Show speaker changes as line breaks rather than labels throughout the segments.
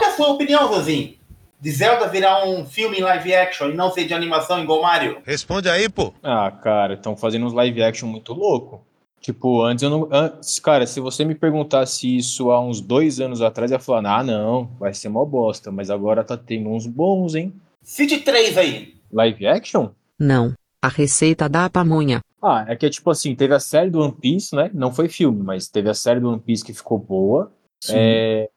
é sua opinião, Zanzinho? De Zelda virar um filme em live action e não ser de animação igual Mario?
Responde aí, pô.
Ah, cara, estão fazendo uns live action muito louco. Tipo, antes eu não. Antes, cara, se você me perguntasse isso há uns dois anos atrás, eu ia falar, ah, não, vai ser mó bosta, mas agora tá tendo uns bons, hein?
Cite três aí.
Live action?
Não. A receita da pamonha.
Ah, é que tipo assim, teve a série do One Piece, né? Não foi filme, mas teve a série do One Piece que ficou boa. É...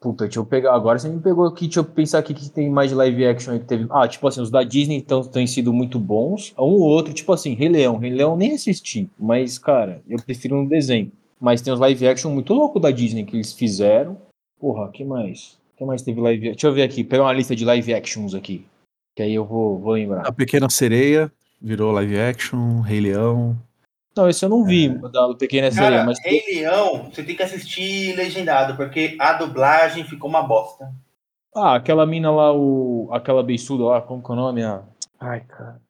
Puta, deixa eu pegar. Agora você me pegou aqui, deixa eu pensar aqui que tem mais de live action aí que teve. Ah, tipo assim, os da Disney então têm sido muito bons. Um ou outro, tipo assim, Rei Leão. Rei Leão nem assisti, mas cara, eu prefiro no desenho. Mas tem uns live action muito louco da Disney que eles fizeram. Porra, que mais? que mais teve live Deixa eu ver aqui, pegar uma lista de live actions aqui. Que aí eu vou, vou lembrar.
A Pequena Sereia virou live action, Rei Leão.
Não, esse eu não vi, da do Pequena Sereia,
Cara,
mas
Rei Leão, você tem que assistir legendado, porque a dublagem ficou uma bosta.
Ah, aquela mina lá, o... aquela beiçuda lá, como que é o nome? A... Ai, cara.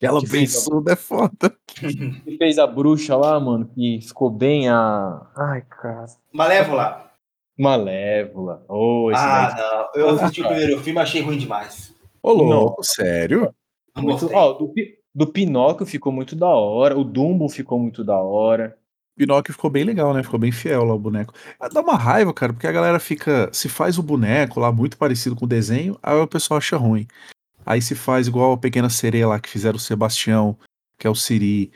Ela
Que
pensuda é foda.
Que fez a bruxa lá, mano, que ficou bem a. Ai, cara.
Malévola.
Malévola. Oh, esse
ah,
daí.
não. Eu assisti o primeiro filme, achei ruim demais.
Ô, louco, sério?
Não
Muito...
gostei.
Ó, do, Pi- do Pinóquio ficou muito da hora. O Dumbo ficou muito da hora.
Pinóquio ficou bem legal, né? Ficou bem fiel lá o boneco. Ah, Dá uma raiva, cara, porque a galera fica. Se faz o boneco lá muito parecido com o desenho, aí o pessoal acha ruim. Aí se faz igual a Pequena Sereia lá que fizeram o Sebastião, que é o Siri,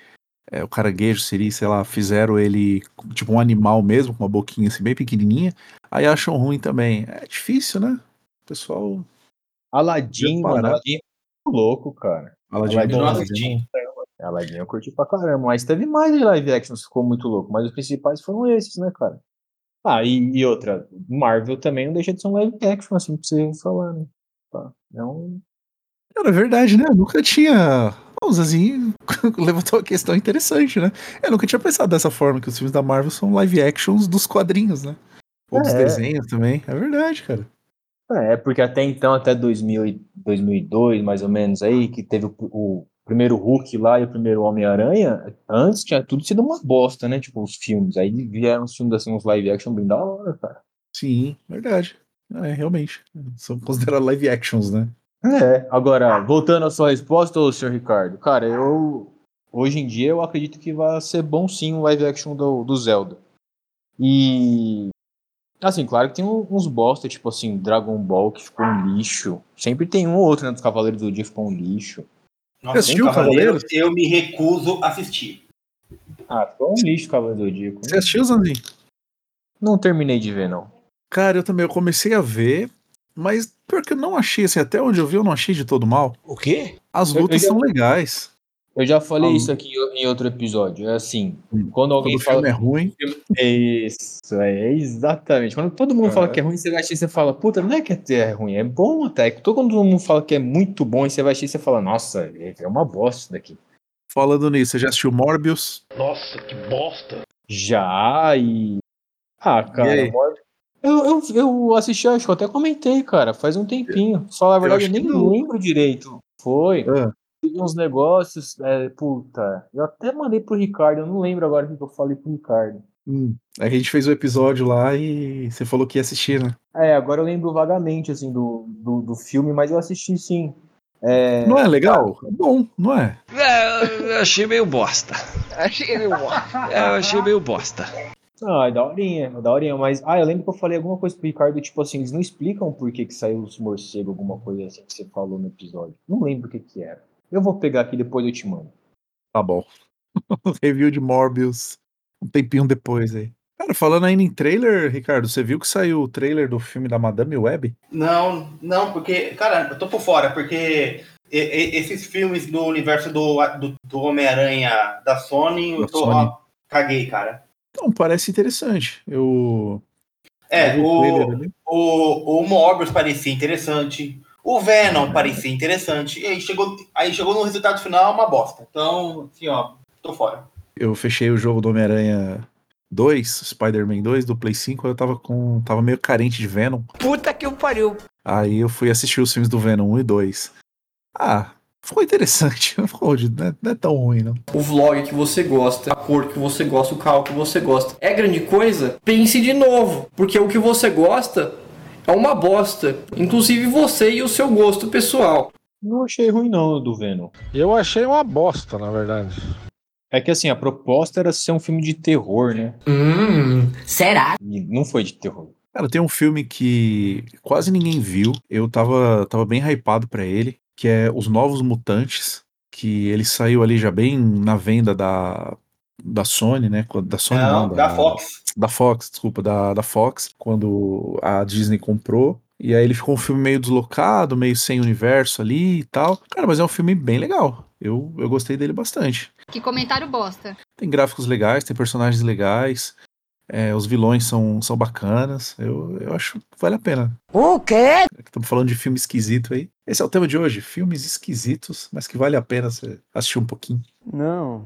é, o caranguejo Siri, sei lá, fizeram ele tipo um animal mesmo, com uma boquinha assim bem pequenininha. Aí acham ruim também. É difícil, né? O pessoal.
Aladdin,
Ia
mano.
parar.
Aladdin é muito louco, cara.
Fala de
Aladdin é
Eu não
bom,
assisti.
Aladdin eu curti pra caramba. Mas teve mais de live action que ficou muito louco. Mas os principais foram esses, né, cara? Ah, e, e outra. Marvel também não deixa de ser um live action, assim, pra você falar, né? Tá. É um
Cara, é verdade, né? Eu nunca tinha. Bom, o Zazinho levantou uma questão interessante, né? Eu nunca tinha pensado dessa forma, que os filmes da Marvel são live actions dos quadrinhos, né? Ou dos
É.
desenhos também. É verdade, cara.
É, porque até então, até 2000, e- 2002, mais ou menos, aí, que teve o, o primeiro Hulk lá e o primeiro Homem-Aranha, antes tinha tudo sido uma bosta, né? Tipo, os filmes. Aí vieram os filmes, assim, uns live action bem da hora, cara.
Sim, verdade. É, realmente. São considerados live actions, né?
É, agora, voltando à sua resposta, ô, senhor Ricardo, cara, eu, hoje em dia, eu acredito que vai ser bom sim o live action do, do Zelda. E, assim, claro que tem um- uns bosta, tipo assim, Dragon Ball, que ficou um lixo. Sempre tem um ou outro, né, dos Cavaleiros do Dia que ficou um lixo.
Nossa,
assistiu
Cavaleiros?
Cavaleiros?
Eu me recuso a assistir.
Ah, ficou um lixo Cavaleiro do Zodíaco. né?
Você assistiu, Zazinho?
Não terminei de ver, não.
Cara, eu também eu comecei a ver, mas pior que eu não achei, assim, até onde eu vi, eu não achei de todo mal.
O quê?
As
Eu-
lutas
eu já-
são legais.
Eu já falei
Ah,
isso aqui em o- em outro episódio. É assim,
Hum,
quando
Quando
alguém
o
fala.
filme é ruim.
É Isso, é exatamente. Quando todo mundo
É.
fala que é ruim, você vai assistir e você fala, puta, não é que é é ruim, é bom até. Todo mundo fala que é muito bom e você vai assistir e você fala, nossa, é é uma bosta isso daqui.
Falando nisso, você já assistiu Morbius?
Nossa, que bosta.
Já e. Ah,
E
cara.
aí?
mor- Eu, eu, eu assisti, acho que eu até comentei, cara, faz um tempinho. Pra Falar a verdade, eu
acho que
nem
não.
lembro direito. Foi.
Ah.
Tive uns negócios. é, puta. Eu até mandei pro Ricardo, eu não lembro agora o que eu falei pro Ricardo.
Hum. Aí a gente fez o episódio lá e você falou que ia assistir, né?
É, agora eu lembro vagamente, assim, do, do, do filme, mas eu assisti sim. É,
Não é legal? É bom, não é?
É, eu achei meio bosta. Achei meio bosta. É, eu achei meio bosta.
Ah, é daorinha, é daorinha, mas. Ah, eu lembro que eu falei alguma coisa pro Ricardo, tipo assim, eles não explicam por que que saiu os morcegos, alguma coisa assim que você falou no episódio. Não lembro o que que era. Eu vou pegar aqui depois eu te mando.
Tá bom. Review de Morbius. Um tempinho depois aí. Cara, falando ainda em trailer, Ricardo, você viu que saiu o trailer do filme da Madame Web?
Não, não, porque, cara, eu tô por fora, porque e- e- esses filmes do universo do, do, do Homem-Aranha da Sony, eu
Da
tô,
Sony.
ó, caguei, cara.
Então, parece interessante. Eu. eu
É,
vi trailer
o,
ali.
o, o Morbius parecia interessante, o Venom parecia interessante, e aí chegou, aí chegou no resultado final uma bosta. Então, assim, ó, tô fora.
Eu fechei o jogo do Homem-Aranha 2, Spider-Man 2, do Play 5, eu tava com. tava meio carente de Venom.
Puta que o pariu.
Aí eu fui assistir os filmes do Venom 1 e 2. Ah, ficou interessante. Não ficou de- não é- não é tão ruim, não.
o vlog que você gosta, a cor que você gosta, o carro que você gosta. É grande coisa? Pense de novo, porque o que você gosta é uma bosta. Inclusive você e o seu gosto pessoal.
Não achei ruim, não, do Venom.
Eu achei uma bosta, na verdade.
É que assim, a proposta era ser um filme de terror, né?
Hum, será?
E não foi de terror.
Cara, tem um filme que quase ninguém viu. Eu tava, tava bem hypado pra ele, que é Os Novos Mutantes, que ele saiu ali já bem na venda da, da Sony, né? Quando- Da Sony
Não,
não,
É, da Fox.
da Fox, desculpa, da, da Fox, quando a Disney comprou. E aí ele ficou um filme meio deslocado, meio sem universo ali e tal. Cara, mas é um filme bem legal. Eu, eu gostei dele bastante.
Que comentário bosta.
Tem gráficos legais, tem personagens legais, é, os vilões são, são bacanas. Eu, eu acho que vale a pena. É
O quê?
Estamos falando de filme esquisito aí. Esse é o tema de hoje, filmes esquisitos, mas que vale a pena você assistir um pouquinho.
Não.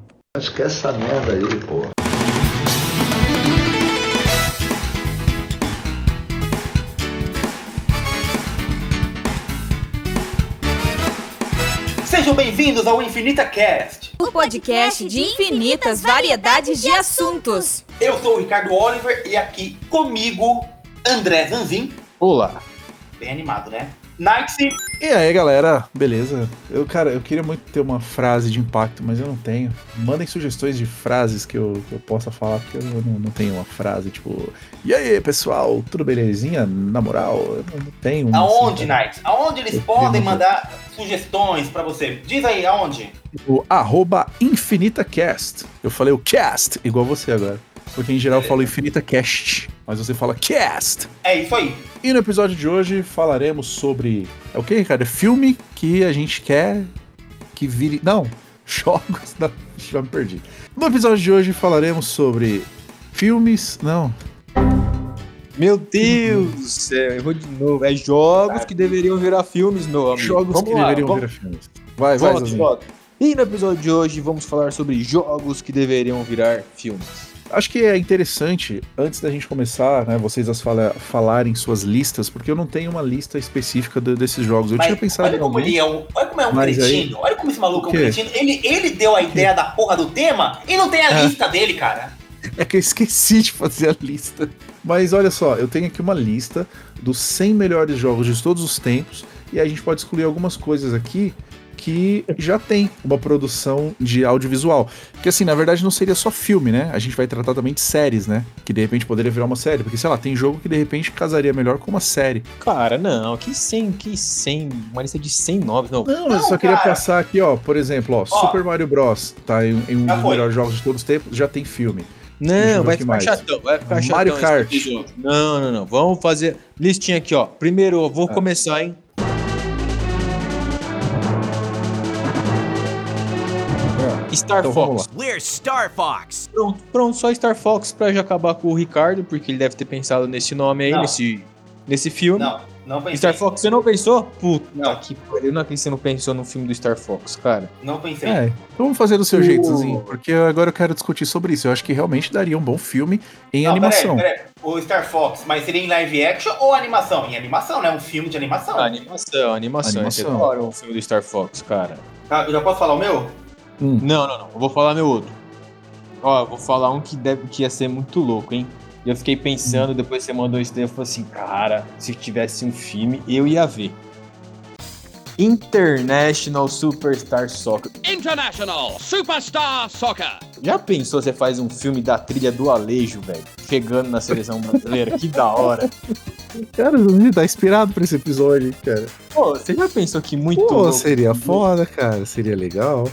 Sejam bem-vindos ao Infinita Cast.
O podcast de infinitas variedades de assuntos.
Eu sou o Ricardo Oliver e aqui comigo, André Zanzin.
Olá.
Bem animado, né? Nike.
E aí, galera, beleza? Eu, cara, eu queria muito ter uma frase de impacto, mas eu não tenho. Mandem sugestões de frases que eu, que eu possa falar, porque eu não, não tenho uma frase, tipo, e aí, pessoal, tudo belezinha? Na moral, eu não, não tenho. uma, assim,
Aonde,
cara.
Nike? Aonde eles
Eu
podem
pergunto.
mandar sugestões pra você? Diz aí, aonde?
O arroba InfinitaCast. Eu falei o cast, igual você agora. Porque em geral eu falo InfinitaCast, mas você fala cast.
É isso aí.
E no episódio de hoje falaremos sobre. É o que, Ricardo? É filme que a gente quer que vire. Não! Jogos. Não, já me perdi. No episódio de hoje falaremos sobre filmes. Não.
Meu Deus do céu, errou de novo. É jogos que deveriam virar filmes, meu amigo.
jogos
Vamos
que
lá,
deveriam
vamos-
virar filmes. Vai, vai,
Volta,
Zazinho.
volta. E no episódio de hoje vamos falar sobre jogos que deveriam virar filmes.
Acho que é interessante, antes da gente começar, né, vocês as fala- falarem suas listas, porque eu não tenho uma lista específica de- desses jogos. Eu tinha pensado
olha
em
como
alguns.
ele é um, olha como é um
Mas aí-
cretino. Olha como esse maluco é
O
um
quê?
cretino. Ele, ele deu a ideia da porra do tema e não tem a
É.
lista dele, cara.
É que eu esqueci de fazer a lista. Mas olha só, eu tenho aqui uma lista dos 100 melhores jogos de todos os tempos e a gente pode excluir algumas coisas aqui que já tem uma produção de audiovisual. Que assim, na verdade não seria só filme, né? A gente vai tratar também de séries, né? Que de repente poderia virar uma série, porque sei lá, tem jogo que de repente casaria melhor com uma série.
Cara, não, que 100, que 100, uma lista de 100 nomes, não.
Não, eu
Não,
só queria
cara.
passar aqui, ó, por exemplo, ó,
Ó.
Super Mario Bros. tá em, em um
Já
dos
foi.
melhores jogos de todos os tempos, já tem filme. eu
Não,
ver
vai
o que
ficar
mais.
chatão, vai ficar chatão.
Mario
esse
Kart.
episódio. Não, não, não, vamos fazer listinha aqui, ó. Primeiro, eu vou
Ah.
começar, hein. Ah, Star
Então vamos
Fox. Pronto, pronto, só Star Fox pra já acabar com o Ricardo, porque ele deve ter pensado nesse nome aí,
Não.
nesse, nesse filme.
Não, não pensei.
Star Fox, você não pensou? Puta
Não.
que pariu, não é que você não pensou no filme do Star Fox, cara.
Não pensei.
É, então vamos fazer do seu
O-
jeito, Zinho, porque agora eu quero discutir sobre isso. Eu acho que realmente daria um bom filme em
Não,
animação.
Peraí, peraí. O Star Fox, mas seria em live action ou animação? Em animação, né? Um filme de animação.
Ah, animação, animação.
Animação.
Você adora o filme do Star Fox, cara.
Tá, eu já posso falar o meu?
Não, não, não. Eu vou falar meu outro. Ó, eu vou falar um que, deve, que ia ser muito louco, hein? E Eu fiquei pensando, depois você mandou isso daí, eu falei assim, cara, se tivesse um filme, eu ia ver. International Superstar Soccer.
International Superstar Soccer.
Já pensou você faz um filme da trilha do Alejo, velho? Chegando na seleção brasileira, que da hora.
Cara, o Zinho tá inspirado pra esse episódio, hein, cara.
Pô, você já pensou que muito
Pô,
louco?
seria foda, cara. Seria legal.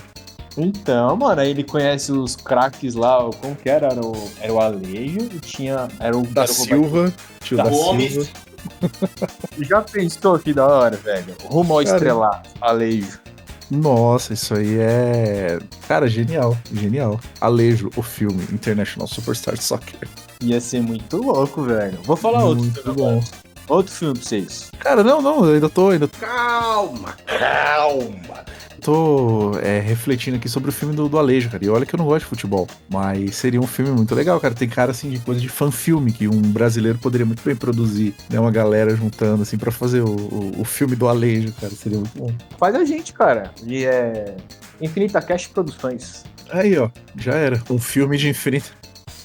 Então, mano, aí ele conhece os craques lá, o- como que era? Era o, era o Alejo e tinha. Era o
Da
era o Roberto.
Silva, tio
Tá.
da
Gomes.
Silva.
Já pensou que da hora, velho? Rumo ao
Cara.
estrelato, Alejo.
Nossa, isso aí é. Cara, genial, genial. Alejo, o filme International Superstar Soccer.
Ia ser muito louco, velho. Vou falar outro
Muito
filme
bom.
agora. Outro filme pra vocês.
Cara, não, não, eu ainda tô, ainda
Calma, calma.
tô é, refletindo aqui sobre o filme do, do Alejo, cara. E olha que eu não gosto de futebol, mas seria um filme muito legal, cara. Tem cara assim de coisa de fã-filme que um brasileiro poderia muito bem produzir, né? Uma galera juntando assim pra fazer o, o, o filme do Alejo, cara. Seria muito bom.
Faz a gente, cara. E é. Infinita Cash Produções.
Aí, ó, já era. Um filme de infinito.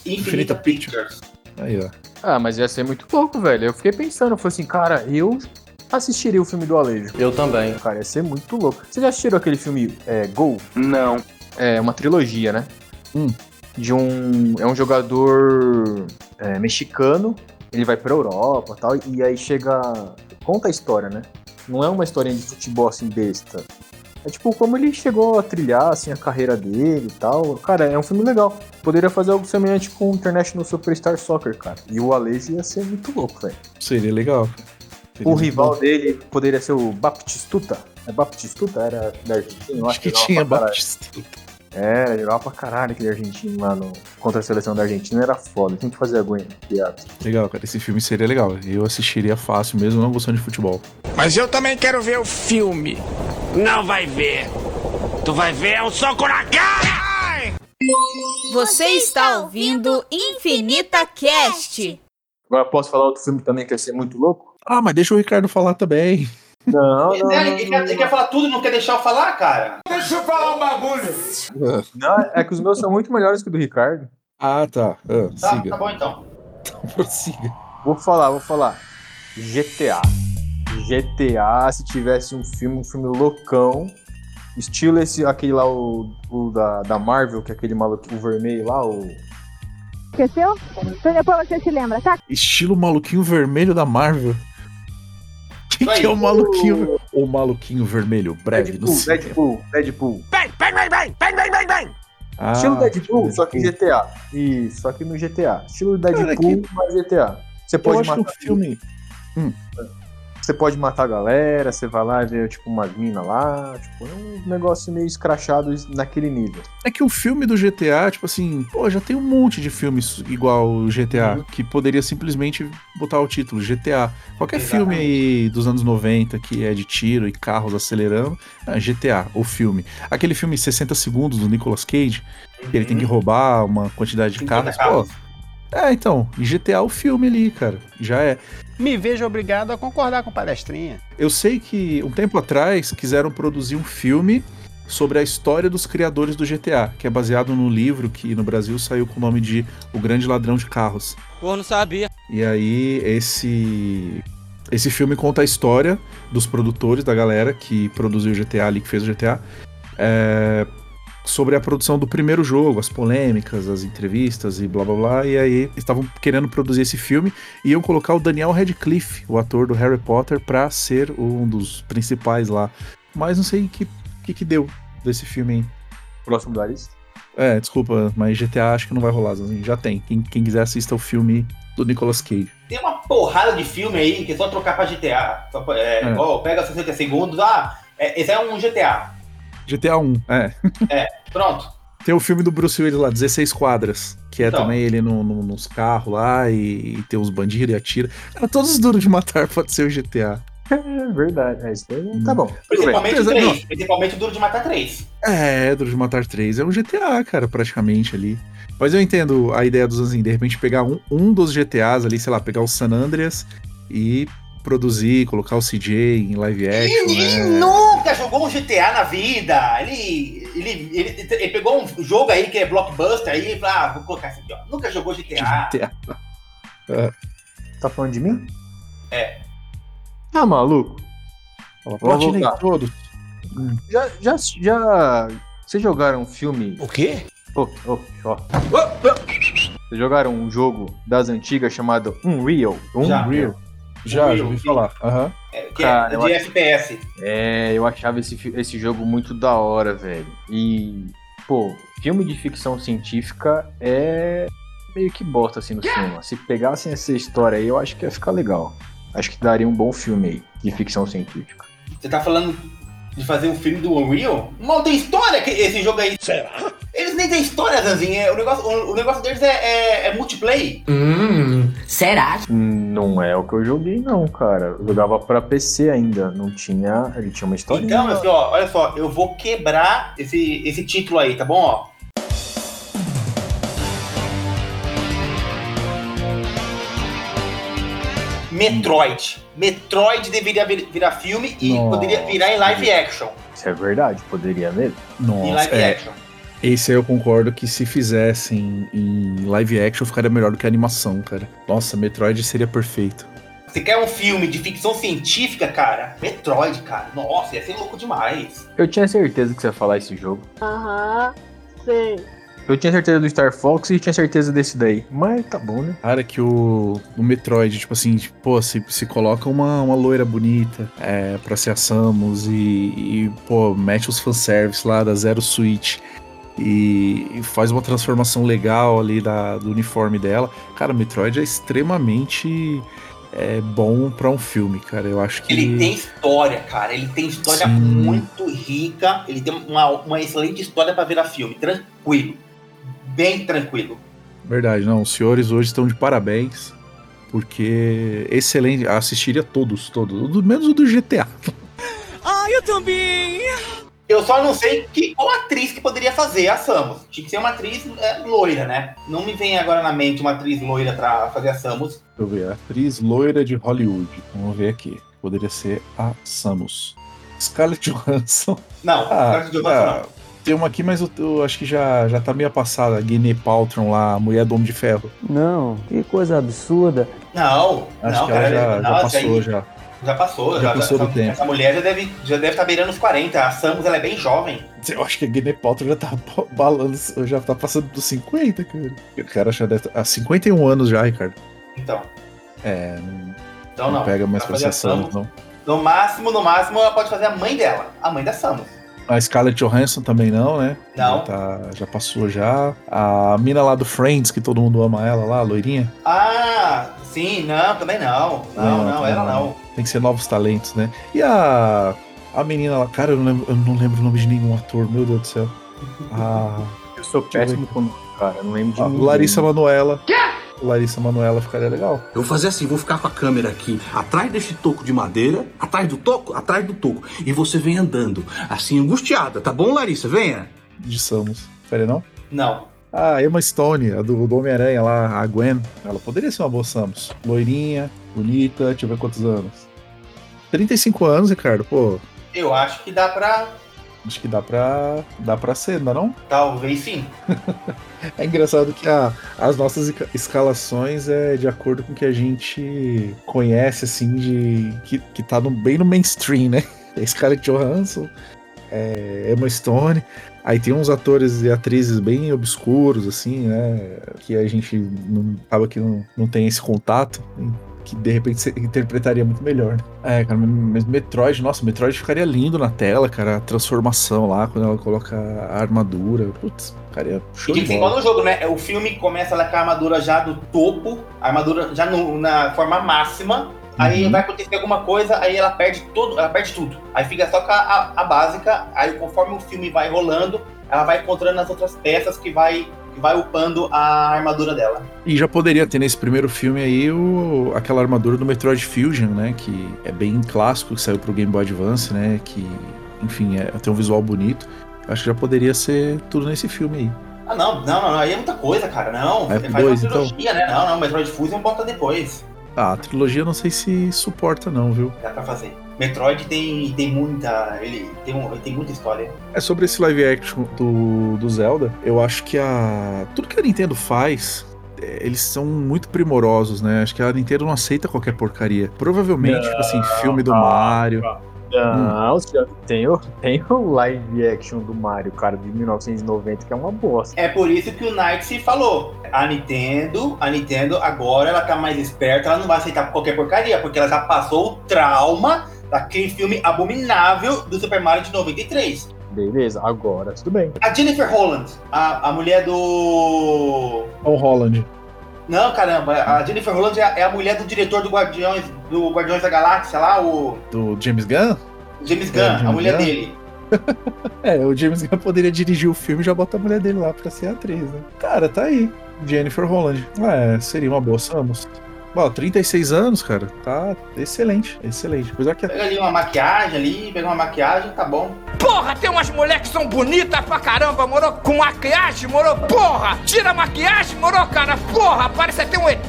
Infinita,
Infinita
Pictures.
Aí, ó.
Ah, mas ia ser muito pouco, velho. Eu fiquei pensando, eu falei assim, cara, eu assistiria o filme do Alejo.
Eu também.
Cara, ia ser muito louco. Vocês já assistiram aquele filme é, Gol?
Não.
É uma trilogia, né?
Hum.
De um. É um jogador é, mexicano. Ele vai pra Europa e tal. E aí chega. Conta a história, né? Não é uma historinha de futebol assim besta. É tipo como ele chegou a trilhar assim, a carreira dele e tal. Cara, é um filme legal. Poderia fazer algo semelhante com o International Superstar Soccer, cara. E o Alejo ia ser muito louco, velho.
Seria legal. Seria
O
muito
rival
bom.
dele poderia ser o Baptistuta. É Baptistuta? Era da Argentina? eu
Acho que
jogava
tinha
pra caralho.
Batista.
É, jogava pra caralho aquele argentino lá no... contra a seleção da Argentina. Era foda. Tem que fazer aguinha. piada.
Legal, cara. Esse filme seria legal. Eu assistiria fácil, mesmo não gostando de futebol.
Mas eu também quero ver o filme. Não vai ver. Tu vai ver é um soco na cara!
Você está ouvindo Infinita Cast.
Agora posso falar outro filme também que ia ser muito louco?
Ah, mas deixa o Ricardo falar também.
Não,
Ele, ele quer, ele quer falar tudo, não quer deixar eu falar, cara.
Deixa eu falar um bagulho.
não. É que os meus são muito melhores que o do Ricardo.
Ah, tá. Ah,
Tá,
siga.
tá bom então.
Prossiga.
Vou falar, vou falar. GTA. GTA, se tivesse um filme, um filme loucão. Estilo esse, aquele lá, o, o da, da Marvel, que é aquele maluquinho vermelho lá, o.
Esqueceu? Então depois você se lembra, tá?
Estilo maluquinho vermelho da Marvel. Quem
Vai,
que é o maluquinho? O maluquinho vermelho, breve, não
Deadpool,
sei. é.
Deadpool, Deadpool.
Vem, vem, vem, vem, vem, vem, vem, vem.
Ah,
Estilo Deadpool, só que
Deadpool.
GTA. Isso, só que no GTA. Estilo Deadpool,
que-
mas GTA. Você
Eu
pode,
acho que o
matar,
filme.
você pode matar a galera, você vai lá e vê, tipo, umas minas lá. Tipo, é um negócio meio escrachado naquele nível.
É que o filme do GTA, tipo assim, pô, já tem um monte de filmes igual o GTA,
Uhum.
que poderia simplesmente botar o título GTA. Qualquer filme
Exatamente.
aí dos anos 90 que é de tiro e carros acelerando, ah, GTA, o filme. Aquele filme 60 segundos do Nicolas Cage, que ele tem que roubar uma quantidade de
50
carros. Pô, é, então, e GTA o filme ali, cara. Já é.
Me vejo obrigado a concordar com palestrinha.
Eu sei que um tempo atrás quiseram produzir um filme sobre a história dos criadores do GTA, que é baseado num livro que no Brasil saiu com o nome de O Grande Ladrão de Carros.
Eu não sabia.
E aí esse esse filme conta a história dos produtores, da galera que produziu o GTA ali, que fez o GTA, é, sobre a produção do primeiro jogo, as polêmicas, as entrevistas e blá blá blá. E aí estavam querendo produzir esse filme e iam colocar o Daniel Radcliffe, o ator do Harry Potter, pra ser um dos principais lá. Mas não sei o que, que que deu desse filme aí.
Próximo da lista.
É, desculpa, mas GTA acho que não vai rolar, Zanzini. já tem. Quem, quem quiser assista o filme do Nicolas Cage.
Tem uma porrada de filme aí que é só trocar pra GTA. Só, pra- é,
É.
igual, pega 60 segundos, ah, é, esse é um GTA.
GTA 1, é.
Pronto.
Tem o filme do Bruce Willis lá, 16 quadras, que é
Então.
também ele no, no- nos carros lá e, e tem uns bandidos e atira. Cara, todos os duros de matar pode ser o GTA.
É verdade, é isso aí.
Hum.
Tá bom. Tudo bem.
Principalmente o
Beleza,
3. Principalmente o Duro de Matar 3.
É, Duro de Matar 3 é um GTA, cara, praticamente ali. Mas eu entendo a ideia dos Zanzin, de repente pegar um, um dos GTAs ali, sei lá, pegar o San Andreas e produzir, colocar o CJ em live action,
Ele
né?
nunca jogou um GTA na vida. Ele, ele, ele, ele pegou um jogo aí que é blockbuster aí e falou, ah, vou colocar isso aqui, ó. Nunca jogou GTA.
GTA.
Tá falando de mim?
É.
Tá maluco?
Platinei
voltar.
todo.
Já, já, já. Vocês jogaram um filme.
O quê?
Oh, oh, ó. Vocês jogaram um jogo das antigas chamado Unreal? um?
Já.
Unreal. Já,
Unreal,
Um já ouvi
sim.
falar. Aham.
É, que
Cara,
é
eu
de
acho-
FPS.
É, eu achava esse, fi- esse jogo muito da hora, velho. E, pô, filme de ficção científica é meio que bosta assim no cinema. Se pegassem essa história aí, eu acho que ia ficar legal. Acho que daria um bom filme aí de ficção científica.
Você tá falando de fazer um filme do Unreal? Mal tem história que esse jogo aí.
Será?
Eles nem têm história, Zanzinho. É, o, negócio, o, o negócio deles é, é, é multiplayer.
Hum.
Será?
Hum, Não é o que eu joguei, não, cara. Eu jogava pra PC ainda. Não tinha. Ele tinha uma história.
Então, meu filho, ó, olha só, eu vou quebrar esse, esse título aí, tá bom? Ó, Metroid. Metroid deveria vir- virar filme e
Nossa.
poderia virar em live action.
Isso é verdade, poderia mesmo.
em
Nossa,
live
é,
action.
Esse aí eu concordo que se fizessem em live action ficaria melhor do que a animação, cara. Nossa, Metroid seria perfeito.
Você quer um filme de ficção científica, cara? Metroid, cara. Nossa, ia ser louco demais.
Eu tinha certeza que você ia falar esse jogo.
Aham, sei.
Eu tinha certeza do Star Fox e tinha certeza desse daí. Mas tá bom, né?
Cara, que o, o Metroid, tipo assim, tipo, pô, se, se coloca uma, uma loira bonita é, pra ser a Samus e, e, pô, mete os fanservice lá da Zero Switch e, e faz uma transformação legal ali da, do uniforme dela. Cara, o Metroid é extremamente é, bom pra um filme, cara. Eu acho que.
Ele tem história, cara. Ele tem história
Sim.
muito rica. Ele tem uma, uma excelente história pra virar filme. Tranquilo. Bem tranquilo.
Verdade, não. Os senhores hoje estão de parabéns, porque excelente. Assistiria todos, todos. o do- Menos o do GTA.
Ah, eu também! Eu só não sei que, qual atriz que poderia fazer a Samus. Tinha que ser uma atriz é, loira, né? Não me vem agora na mente uma atriz loira pra fazer a Samus.
Deixa eu ver. Atriz loira de Hollywood. Vamos ver aqui. Poderia ser a Samus. Scarlett Johansson. Ah, tá.
Não, Scarlett Johansson não.
Tem uma aqui, mas eu, eu acho que já, já tá meio passada. Guinea Paltrow lá, a mulher do Homem de Ferro.
Não, que coisa absurda.
Não,
Acho
não,
que ela
cara.
já- já
não, isso
passou,
aí
já.
Já passou,
Já
já,
passou
essa,
do tempo.
Essa mulher já deve estar já deve tá beirando os 40. A Samus ela é bem jovem.
Eu acho que a Guinea Paltrow já tá balanço, já tá passando dos 50, cara. O cara já deve tá, há 51 anos já, Ricardo.
Então,
É, não,
então não.
não pega mais
Ela
pra
fazer a
ser Samus,
Samus.
não.
No máximo, no máximo, ela pode fazer a mãe dela. A mãe da Samus.
A Scarlett Johansson também não, né?
Não.
Já, tá- já passou já. A mina lá do Friends, que todo mundo ama ela lá, a loirinha.
Ah, sim, não, também não. Não, não, ela não.
Tem que ser novos talentos, né? E a, a menina lá, cara, eu não, lembro, eu não lembro o nome de nenhum ator, meu Deus do céu. A,
Eu sou péssimo com cara. Eu não lembro de
a
ninguém.
Larissa Manoela. Larissa Manoela ficaria legal.
né? Eu vou fazer assim, vou ficar com a câmera aqui atrás deste toco de madeira, atrás do toco, atrás do toco. E você vem andando, assim, angustiada, tá bom, Larissa? Venha.
De Samus. Ficaria não?
Não.
A Emma Stone, a do, do Homem-Aranha lá, a Gwen, ela poderia ser uma boa Samus. Loirinha, bonita, deixa eu ver quantos anos. 35 anos, Ricardo, pô.
Eu acho que dá pra.
Acho que dá pra. dá pra ser, não é não?
Talvez sim.
É engraçado que a- as nossas esca- escalações é de acordo com o que a gente conhece, assim, de. que, que tá no- bem no mainstream, né? É Scarlett Johansson, é Emma Stone. Aí tem uns atores e atrizes bem obscuros, assim, né? Que a gente não, acaba que não, não tem esse contato. Que de repente você interpretaria muito melhor. né? É, cara, mas Metroid, nossa, Metroid ficaria lindo na tela, cara. A transformação lá, quando ela coloca a armadura. Putz, ficaria
E
show
de
de
vez em
bola.
quando o jogo, né? O filme começa ela com a armadura já do topo, a armadura já no- na forma máxima. Aí
Uhum.
vai acontecer alguma coisa, aí ela perde todo, ela perde tudo. Aí fica só com a, a- a básica, aí conforme o filme vai rolando, ela vai encontrando as outras peças que vai, que vai upando a armadura dela.
E já poderia ter nesse primeiro filme aí o, aquela armadura do Metroid Fusion, né? Que é bem clássico, que saiu pro Game Boy Advance, né? Que, enfim, é, tem um visual bonito. Acho que já poderia ser tudo nesse filme aí.
Ah, não, não, não, não, aí é muita coisa, cara. Não,
Aí
você
pro
faz
dois,
uma
então?
trilogia, né? Não, não, Metroid Fusion bota depois.
Ah, a trilogia eu não sei se suporta, não, viu?
Dá pra fazer. Metroid tem, tem muita. Ele tem, um- ele tem muita história.
É sobre esse live action do, do Zelda. Eu acho que a. Tudo que a Nintendo faz. é, Eles são muito primorosos, né? Acho que a Nintendo não aceita qualquer porcaria. Provavelmente, tipo assim, filme do Mario.
Não, senhor, tem, o- tem o live action do Mario, cara, de 1990, que é uma bosta.
É por isso que o Knight se falou. A Nintendo, a Nintendo agora ela tá mais esperta, ela não vai aceitar qualquer porcaria, porque ela já passou o trauma daquele filme abominável do Super Mario de 93.
Beleza, agora tudo bem.
A Jennifer Holland, a, a mulher do.
É
Ou Holland.
Não, caramba, a Jennifer Holland é a, é a mulher do diretor do Guardiões, do Guardiões da Galáxia lá, o
Do James Gunn?
James Gunn,
É,
a
James
mulher
Gunn?
dele.
É, o James Gunn poderia dirigir o filme e já bota a mulher dele lá pra ser atriz, né? Cara, tá aí. Jennifer Holland. É, seria uma boa Samus. Bom, 36 anos, cara. Tá excelente, excelente. Apesar que a-
Pega ali uma maquiagem ali, pega uma maquiagem, tá bom.
Porra, tem umas mulheres que são bonitas pra caramba, moro? Com maquiagem, moro? Porra! Tira a maquiagem, moro, cara? Porra, parece até um ET!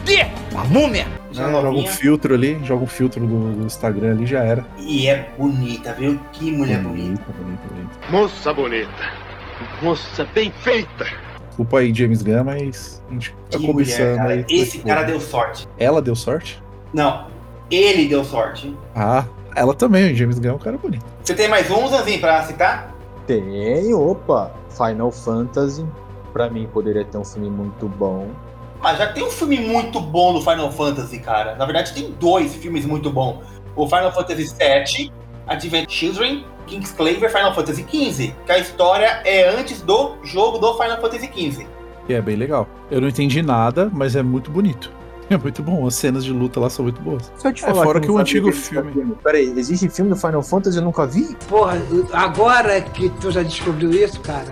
Uma múmia!
né, joga um filtro ali, joga um filtro do, do Instagram ali, já era. Hum,
E é bonita, viu? Que mulher bonita.
Tá Bonito, bonito.
Moça bonita.
moça bem feita.
Desculpa aí, James Gunn, mas a gente tá
Que
cobiçando
mulher, cara.
aí.
Esse
Tipo,
cara deu sorte.
Ela deu sorte?
Não, ele deu sorte.
Ah, ela também, o James Gunn é um cara bonito.
Você tem mais um, Zanzinho, pra citar?
Tem, opa! Final Fantasy, pra mim, poderia ter um filme muito bom.
Ah, já tem um filme muito bom do Final Fantasy, cara. Na verdade, tem dois filmes muito bons. O Final Fantasy VII, Advent Children, King's Claver, Final Fantasy XV. Que a história é antes do jogo do Final Fantasy XV.
E é bem legal. Eu não entendi nada, mas é muito bonito. É muito bom, as cenas de luta lá são muito boas.
Se eu te
É,
falar
fora
eu
que o
não
antigo
sabia que existia filme. Peraí, existe filme do Final Fantasy? Eu nunca vi?
Porra, agora que tu já descobriu isso, cara.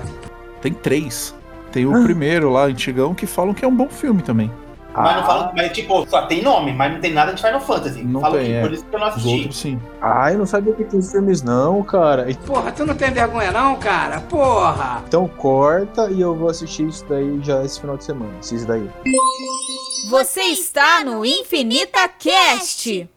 Tem três. Tem o primeiro lá, antigão, que falam que é um bom filme também.
Mas
Ah.
não falo, mas tipo, só tem nome, mas não tem nada de Final Fantasy. Não falo
tem,
que
é.
por isso que eu não
Os
assisti.
outros sim.
Ah, eu não sabia que tinha os filmes, não, cara.
Porra, tu não tem vergonha não, cara? Porra!
Então corta e eu vou assistir isso daí já esse final de semana. Isso daí.
Você está no Infinita Cast.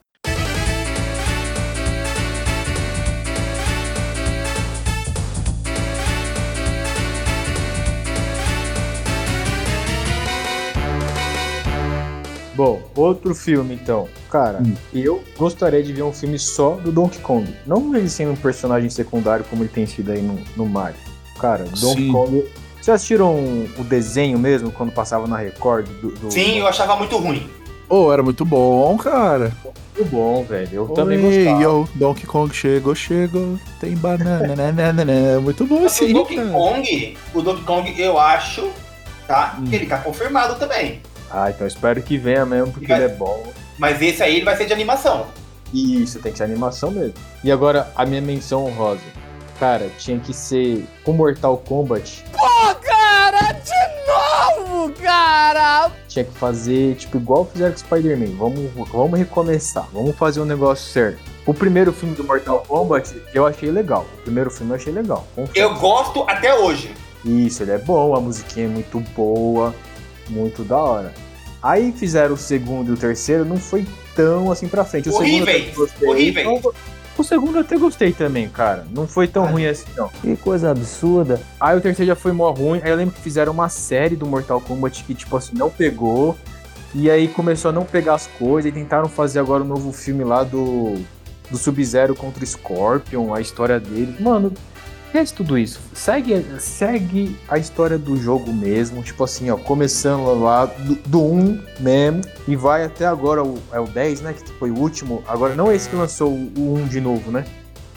Bom, outro filme então. Cara, eu gostaria de ver um filme só do Donkey Kong. Não ele sendo um personagem secundário como ele tem sido aí no, no Mario. Cara, Donkey
Sim.
Kong. Vocês assistiram um, o desenho mesmo quando passava na Record? Do, do-
Sim, eu achava muito ruim.
Pô, era muito bom, cara.
Muito bom, velho. Eu
também gostava.
Yo, Donkey Kong chegou, chegou. Tem banana, né, né, né, né. Muito bom assim,
o Donkey
cara.
Kong, o Donkey Kong, eu acho,
Hum.
tá? Que ele tá confirmado também.
Ah, então espero que venha mesmo, porque ele é bom.
Mas esse aí ele vai ser de animação.
Isso, tem que ser animação mesmo. E agora, a minha menção honrosa. Cara, tinha que ser o Mortal Kombat.
Pô, cara, de novo, cara!
Tinha que fazer, tipo, igual fizeram com Spider-Man. Vamos, vamos recomeçar, vamos fazer um negócio certo. O primeiro filme do Mortal Kombat eu achei legal. O primeiro filme eu achei legal. confesso.
Eu gosto até hoje.
Isso, ele é bom, a musiquinha é muito boa, muito da hora. Aí fizeram o segundo e o terceiro, não foi tão assim pra frente. O segundo eu até
Horríveis,
gostei.
horríveis.
Então, O segundo eu até gostei também, cara. Não foi tão ruim assim, não.
Que coisa absurda.
Aí o terceiro já foi mó ruim. Aí eu lembro que fizeram uma série do Mortal Kombat que, tipo assim, não pegou. E aí começou a não pegar as coisas. E tentaram fazer agora um novo filme lá do, do Sub-Zero contra o Scorpion, a história dele. Mano, esquece tudo isso. Segue, segue a história do jogo mesmo. Tipo assim, ó, começando lá do, do 1 mesmo. E vai até agora, o, é o 10, né? Que foi o último. Agora, não esse que lançou o, o 1 de novo, né?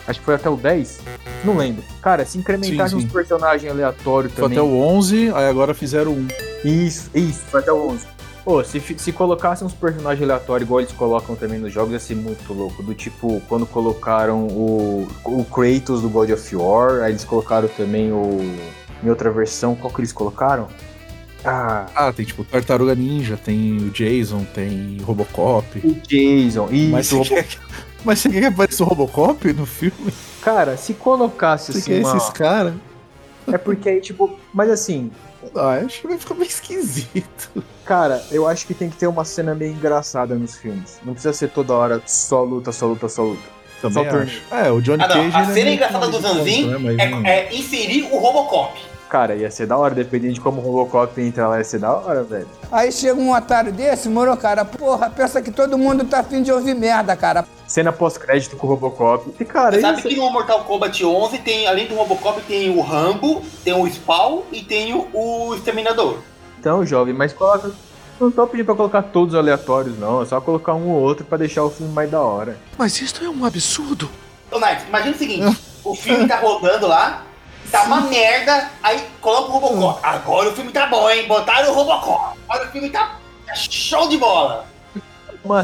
Acho que foi até o 10. Não lembro. Cara, se incrementar
Sim,
uns
sim.
personagens aleatórios
Foi
também.
até o 11, aí agora fizeram um.
Isso, isso, foi até o 11. Pô, se, fi- se colocassem uns personagens aleatórios, igual eles colocam também nos jogos, ia ser muito louco. Do tipo, quando colocaram o, o Kratos do God of War, aí eles colocaram também o. Em outra versão, qual que eles colocaram? Ah,
Ah, tem tipo Tartaruga Ninja, tem o Jason, tem Robocop.
O Jason, isso.
Mas você,
Robo-
quer, que- mas você quer que apareça o Robocop no filme?
Cara, se colocasse
Você
assim.
quer
uma-
esses caras?
É porque aí, tipo. Mas assim.
Ah, acho que vai ficar meio esquisito.
Cara, eu acho que tem que ter uma cena meio engraçada nos filmes. Não precisa ser toda hora só luta, só luta, só luta.
Também
só turno.
acho. É, o Johnny
Ah, não.
Cage.
A
ele é
cena
meio
engraçada do
cômico,
Zanzin
né, mas não-
é, é inserir o Robocop.
Cara, ia ser da hora, dependendo de como o Robocop entra lá, ia ser da hora, velho.
Aí chega um otário desse, moro, cara, porra, pensa que todo mundo tá afim de ouvir merda, cara.
Cena pós-crédito com o Robocop. E,
É
cara, é
Você sabe
isso-
que no Mortal Kombat 11 tem, além do Robocop, tem o Rambo, tem o Spawn e tem o, o Exterminador.
Então, jovem, mas coloca. Não tô pedindo pra colocar todos aleatórios, não. É só colocar um ou outro pra deixar o filme mais da hora.
Mas isso é um absurdo. Ô, Knight, imagina o seguinte: o filme tá rodando lá, tá uma merda, aí coloca o
Hum.
Robocop. Agora o filme tá bom, hein? Botaram o Robocop. Agora o filme tá show de bola.
Uma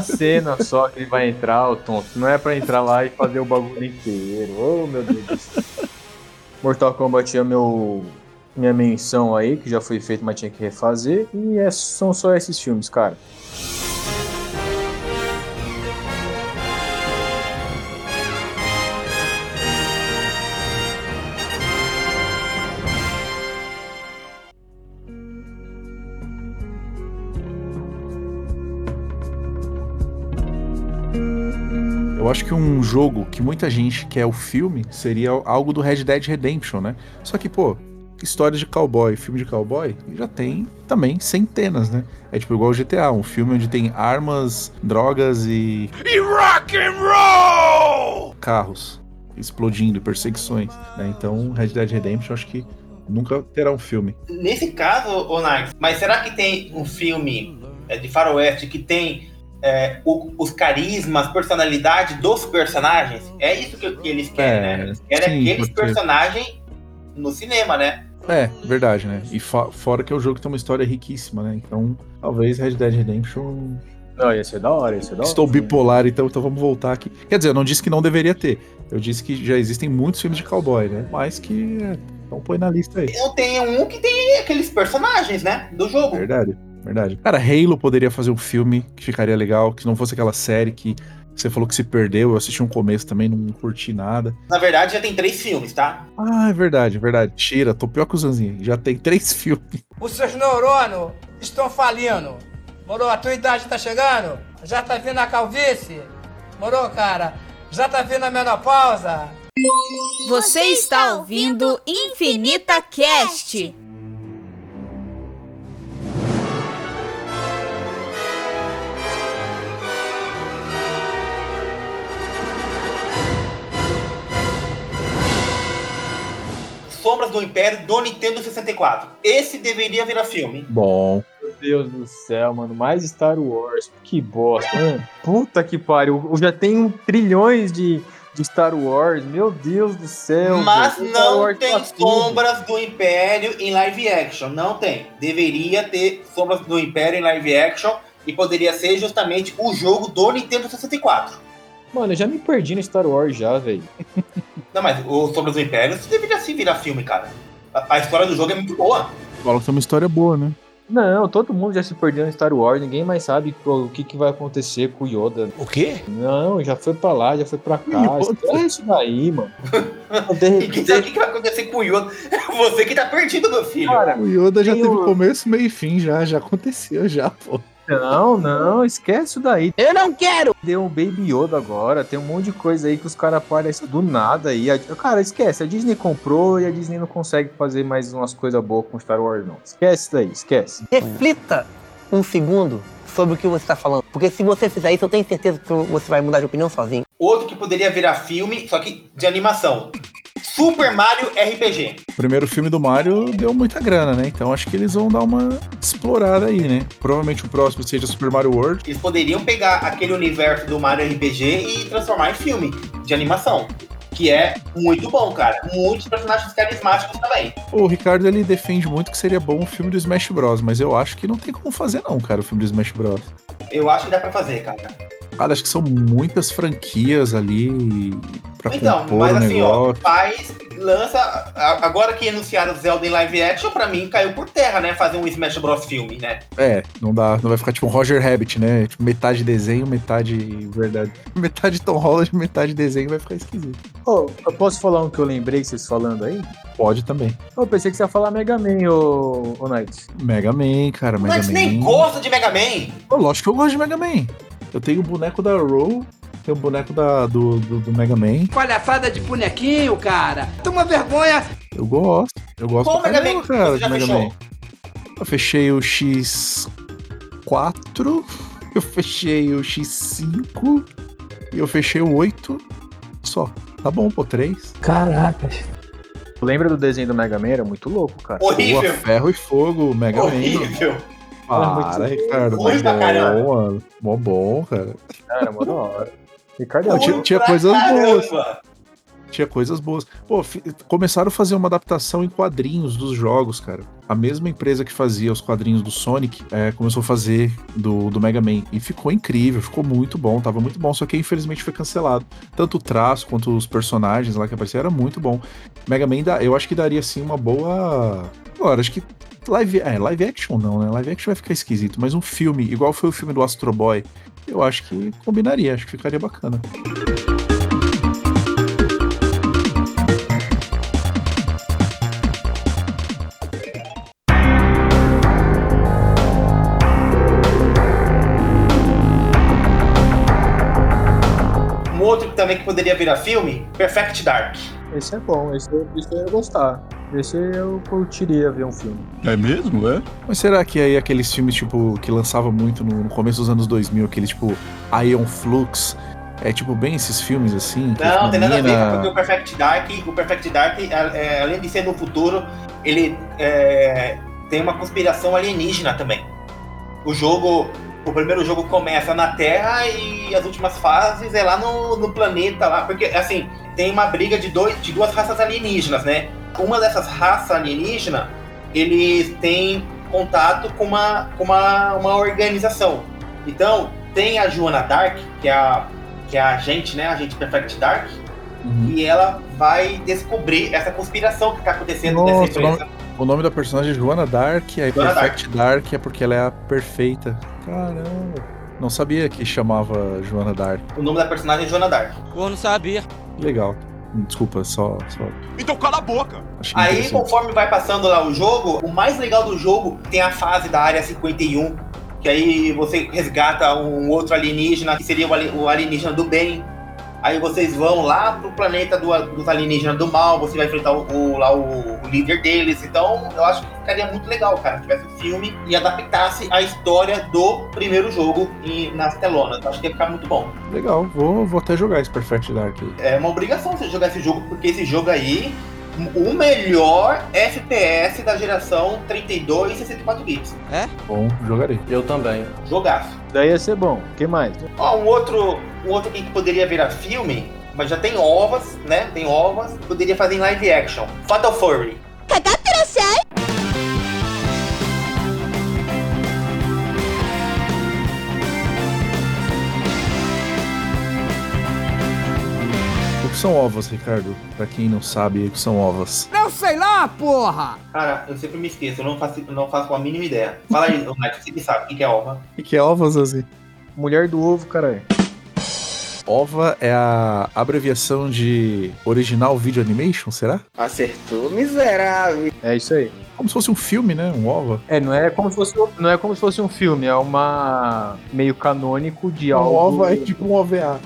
cena só que ele vai entrar, o tonto. Não é pra entrar lá e fazer o bagulho inteiro. Oh, meu Deus do céu. Mortal Kombat é meu, minha menção aí, que já foi feito, mas tinha que refazer. E é- são só esses filmes, cara.
Eu acho que um jogo que muita gente quer o filme seria algo do Red Dead Redemption, né? Só que, pô, histórias de cowboy, filme de cowboy, já tem também centenas, né? É tipo igual o GTA, um filme onde tem armas, drogas e
E rock and roll!
carros explodindo, perseguições, né? Então, Red Dead Redemption, eu acho que nunca terá um filme.
Nesse caso, Onax, mas será que tem um filme é, de faroeste que tem é, o- os carismas, personalidade dos personagens? É isso que, que eles querem, né? Eles querem
É, sim,
aqueles
porque-
personagens no cinema, né?
É, verdade, né? E fa- fora que é um jogo que tem uma história riquíssima, né? Então, talvez Red Dead Redemption.
Não, ia ser da hora, ia ser da hora.
Estou bipolar, então, então vamos voltar aqui. Quer dizer, eu não disse que não deveria ter. Eu disse que já existem muitos filmes de cowboy, né? Mas que. é, Então põe na lista aí.
Não tem um que tem aqueles personagens, né? Do jogo.
Verdade, verdade. Cara, Halo poderia fazer um filme que ficaria legal, que não fosse aquela série que você falou que se perdeu. Eu assisti um começo também, não curti nada.
Na verdade, já tem três filmes, tá?
Ah, é verdade, é verdade. Tira, tô pior que o Zanzinho. Já tem três filmes.
Os seus neurônios estão falindo. Moro, a tua idade tá chegando? Já tá vindo a calvície? Moro, cara? Já tá vindo a menopausa?
Você está ouvindo Infinita Cast.
Sombras do Império do Nintendo 64. Esse deveria virar filme.
Bom.
Meu Deus do céu, mano. Mais Star Wars. Que bosta. Mano. Puta que pariu. Eu já tenho trilhões de, de Star Wars. Meu Deus do céu.
Mas
velho. Star
não
Wars
tem
pra tudo.
Sombras do Império em live action. Não tem. Deveria ter Sombras do Império em live action. E poderia ser justamente o jogo do Nintendo 64.
Mano, eu já me perdi no Star Wars já, velho.
Não, mas o Sombras do Império isso deveria sim virar filme, cara. A, a história do jogo é muito boa.
Fala que tem uma história boa, né?
Não, todo mundo já se perdeu no Star Wars, ninguém mais sabe pô, o que, que vai acontecer com o Yoda. O quê? Não, já foi pra lá, já foi pra cá.
Yoda?
Esquece isso daí, mano.
E quem sabe o que tá- que vai acontecer com o Yoda? Você que tá perdido, meu filho.
Ah.
O Yoda já
tem
teve
o-
começo, meio e fim, já, já aconteceu, já, pô.
Não, não, esquece isso daí. Eu não quero! Deu um Baby Yoda agora, tem um monte de coisa aí que os caras aparecem do nada aí. A- Cara, esquece, a Disney comprou e a Disney não consegue fazer mais umas coisas boas com Star Wars, não. Esquece isso daí, esquece.
Reflita um segundo sobre o que você está falando. Porque se você fizer isso, eu tenho certeza que você vai mudar de opinião sozinho.
Outro que poderia virar filme, só que de animação. Super Mario RPG.
O primeiro filme do Mario deu muita grana, né? Então acho que eles vão dar uma explorada aí, né? Provavelmente o próximo seja Super Mario World.
Eles poderiam pegar aquele universo do Mario RPG e transformar em filme de animação. Que é muito bom, cara. Muitos personagens carismáticos também.
O Ricardo ele defende muito que seria bom um filme do Smash Bros, mas eu acho que não tem como fazer não, cara, o filme do Smash Bros.
Eu acho que dá pra fazer, cara.
Cara, acho que são muitas franquias ali pra
então,
compor
mas
o
assim, ó,
negócio.
faz, lança. a- Agora que anunciaram Zelda em live action, pra mim caiu por terra, né? Fazer um Smash Bros. filme, né?
É, não dá, não vai ficar tipo um Roger Rabbit, né? Tipo, metade desenho, metade verdade. Metade Tom Holland, metade desenho, vai ficar esquisito.
Ô, eu posso falar um que eu lembrei que vocês falando aí?
Pode também.
Eu pensei que você ia falar Mega Man, ô, ô Knight.
Mega Man, cara, Mega
Mas
Man.
nem gosta de Mega Man.
Pô, lógico que eu gosto de Mega Man. Eu tenho o boneco da Roll, tenho o boneco da, do, do, do Mega Man.
Palhaçada de bonequinho, cara. Toma vergonha.
Eu gosto. Eu gosto
Qual
pra
Mega Man
caramba,
que
cara,
você já
de Mega
fechou?
Man. Eu fechei o X4, eu fechei o X5 e eu fechei o 8 só. Tá bom, pô, 3.
Caracas. Lembra do desenho do Mega Man? Era muito louco, cara.
Boa, ferro e fogo, Mega
Horrível.
Man. Para,
Era muito
Ricardo.
ruim pra
Mas
caramba.
bom, mano. Mó bom, cara.
Cara, mó da hora. Ricardo,
Não,
é
tinha,
ruim
tinha
pra
coisas boas.
caramba.
Tinha coisas boas. Pô, fi- começaram a fazer uma adaptação em quadrinhos dos jogos, cara. A mesma empresa que fazia os quadrinhos do Sonic é, começou a fazer do, do Mega Man. E ficou incrível, ficou muito bom, tava muito bom. Só que infelizmente foi cancelado. Tanto o traço quanto os personagens lá que apareceram era muito bom. Mega Man, dá- eu acho que daria sim uma boa. Agora, acho que. Live, é, live action não, né? Live action vai ficar esquisito, mas um filme, igual foi o filme do Astro Boy, eu acho que combinaria, acho que ficaria bacana.
Um outro também que poderia virar filme, Perfect Dark. Um
Esse é bom, esse, eu- esse eu ia gostar. Esse eu curtiria ver um filme.
É mesmo, é? Mas será que aí aqueles filmes, tipo, que lançava muito no, no começo dos anos 2000, aquele tipo Ion Flux, é tipo bem esses filmes assim? que
Não,
uma
tem nada a ver,
menina-
porque o Perfect Dark, o Perfect Dark, a- é, além de ser no futuro, ele é, tem uma conspiração alienígena também. O jogo, o primeiro jogo começa na Terra e as últimas fases é lá no, no planeta lá, porque assim tem uma briga de dois, de duas raças alienígenas, né? Uma dessas raças alienígenas, eles têm contato com uma com uma, uma organização. Então tem a Joana Dark, que é a que é a agente, né? A agente Perfect Dark. E ela vai descobrir essa conspiração que está acontecendo
Nossa,
nessa
o,
empresa.
nome, o nome da personagem é Joana Dark, e aí
Joana
Perfect Dark. é porque ela é a perfeita. Caramba. Não sabia que chamava Joana Dark.
O nome da personagem é Joana Dark.
Eu não sabia.
Legal. Desculpa, só. só...
Então cala a boca!
Achei
Aí,
interessante.
conforme vai passando lá o jogo, o mais legal do jogo tem a fase da área 51, que aí você resgata um outro alienígena, que seria o ali- o alienígena do bem. Aí vocês vão lá pro planeta do- dos alienígenas do mal, você vai enfrentar o, o- lá o, o líder deles. Então, eu acho que ficaria muito legal, cara, se tivesse um filme e adaptasse a história do primeiro jogo em, nas telonas. Eu Acho que ia ficar muito bom.
Legal, vou, vou até jogar esse Perfect Dark aí.
É uma obrigação você jogar esse jogo, porque esse jogo aí, o melhor FPS da geração 32 e 64 bits.
É?
Bom, jogarei.
Eu também.
Jogaço.
Daí ia ser bom. O que mais?
Ó, um outro, um outro que poderia virar filme, mas já tem ovas, né? Tem ovas, poderia fazer em live action. Fatal Fury.
O que são ovos, Ricardo? Pra quem não sabe, o que são ovos?
Eu sei lá, porra!
Cara, eu sempre me esqueço, eu não faço, não faço a mínima ideia. Fala aí, Nath, você que sabe o que que é ova.
O que, que é ovos, assim?
Mulher do ovo, caralho.
OVA é a abreviação de Original Video Animation, será?
Acertou, miserável.
É isso aí.
Como se fosse um filme, né? Um OVA.
É, não é como se fosse, não é como se fosse um filme, é uma meio canônico de É algo.
tipo um OVA.